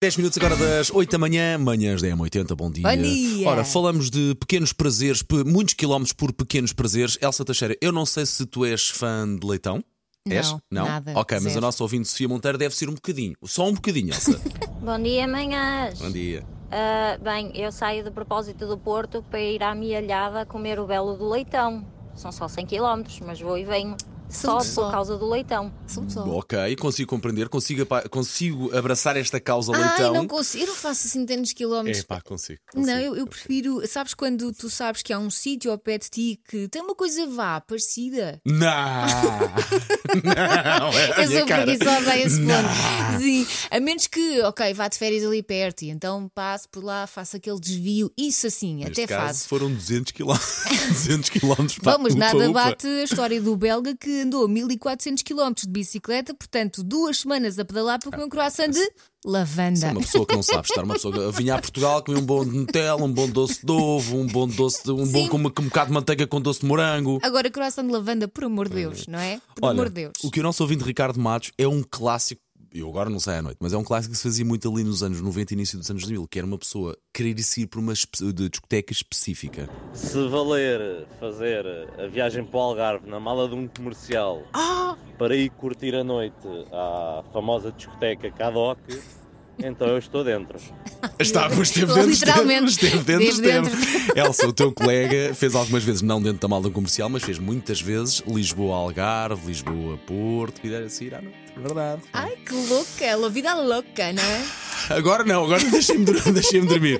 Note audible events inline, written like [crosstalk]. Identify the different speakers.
Speaker 1: 10 minutos agora das 8 da manhã, manhãs da M80, bom dia.
Speaker 2: Bom dia.
Speaker 1: Ora, falamos de pequenos prazeres, pe- muitos quilómetros por pequenos prazeres. Elsa Teixeira, eu não sei se tu és fã de leitão.
Speaker 2: Não,
Speaker 1: és? Não?
Speaker 2: nada,
Speaker 1: ok, mas
Speaker 2: zero.
Speaker 1: a nossa ouvinte Sofia Monteiro deve ser um bocadinho. Só um bocadinho,
Speaker 2: [laughs]
Speaker 1: Elsa.
Speaker 3: Bom dia, manhãs.
Speaker 1: bom dia.
Speaker 3: Ah, bem, eu saio de propósito do Porto para ir à Mialhada comer o belo do leitão. São só 100 km, mas vou e venho.
Speaker 2: Sou
Speaker 3: Só
Speaker 2: só.
Speaker 3: por causa do leitão.
Speaker 2: Sou só.
Speaker 1: Ok, consigo compreender, consigo, apa- consigo abraçar esta causa
Speaker 2: Ai,
Speaker 1: leitão.
Speaker 2: não consigo. Eu não faço assim tantos quilómetros.
Speaker 1: então. É pá, consigo. consigo.
Speaker 2: não, eu, eu prefiro. Sabes quando tu sabes que há um sítio ao pé de ti que tem uma coisa vá, parecida?
Speaker 1: Não!
Speaker 2: [laughs]
Speaker 1: não é a
Speaker 2: Eu
Speaker 1: minha
Speaker 2: sou
Speaker 1: cara.
Speaker 2: preguiçosa a
Speaker 1: [laughs]
Speaker 2: esse ponto. Sim, a menos que, ok, vá de férias ali perto e então passe por lá, faço aquele desvio, isso assim,
Speaker 1: Neste
Speaker 2: até
Speaker 1: caso, um
Speaker 2: faço.
Speaker 1: foram 200 [laughs] quilómetros. 200 quilómetros para
Speaker 2: Vamos,
Speaker 1: upa,
Speaker 2: nada
Speaker 1: upa.
Speaker 2: bate a história do belga que andou 1400 km de bicicleta, portanto, duas semanas a pedalar
Speaker 1: Ah,
Speaker 2: para comer um croissant de lavanda.
Speaker 1: Uma pessoa que não sabe estar, uma pessoa que vinha a Portugal comer um bom de Nutella, um bom doce de ovo, um bom doce de, um bom
Speaker 2: Sim.
Speaker 1: com uma- com um bocado de manteiga com doce de morango.
Speaker 2: Agora, coração de lavanda, por amor de Deus, não é? Por
Speaker 1: Hum. Olha,
Speaker 2: amor de Deus.
Speaker 1: o que o nosso ouvinte Ricardo Matos é um clássico. Eu agora não sei à noite, mas é um clássico que se fazia muito ali nos anos 90 e início dos anos 2000, que era uma pessoa querer ir para uma espe- de discoteca específica.
Speaker 4: Se valer fazer a viagem para o Algarve na mala de um comercial para ir curtir a noite à famosa discoteca Cadoc, então eu estou dentro.
Speaker 1: Ah, Está, mas esteve dentro, esteve,
Speaker 2: Literalmente.
Speaker 1: esteve dentro,
Speaker 2: Esteve
Speaker 1: esteve. [laughs] Elsa, o teu colega fez algumas vezes, não dentro da malda comercial, mas fez muitas vezes Lisboa-Algarve, Lisboa-Porto, e era assim, ah, não, é verdade.
Speaker 2: Ai, que louca, ela vida louca, não é?
Speaker 1: Agora não, agora [laughs] deixem-me dur- deixem-me dormir.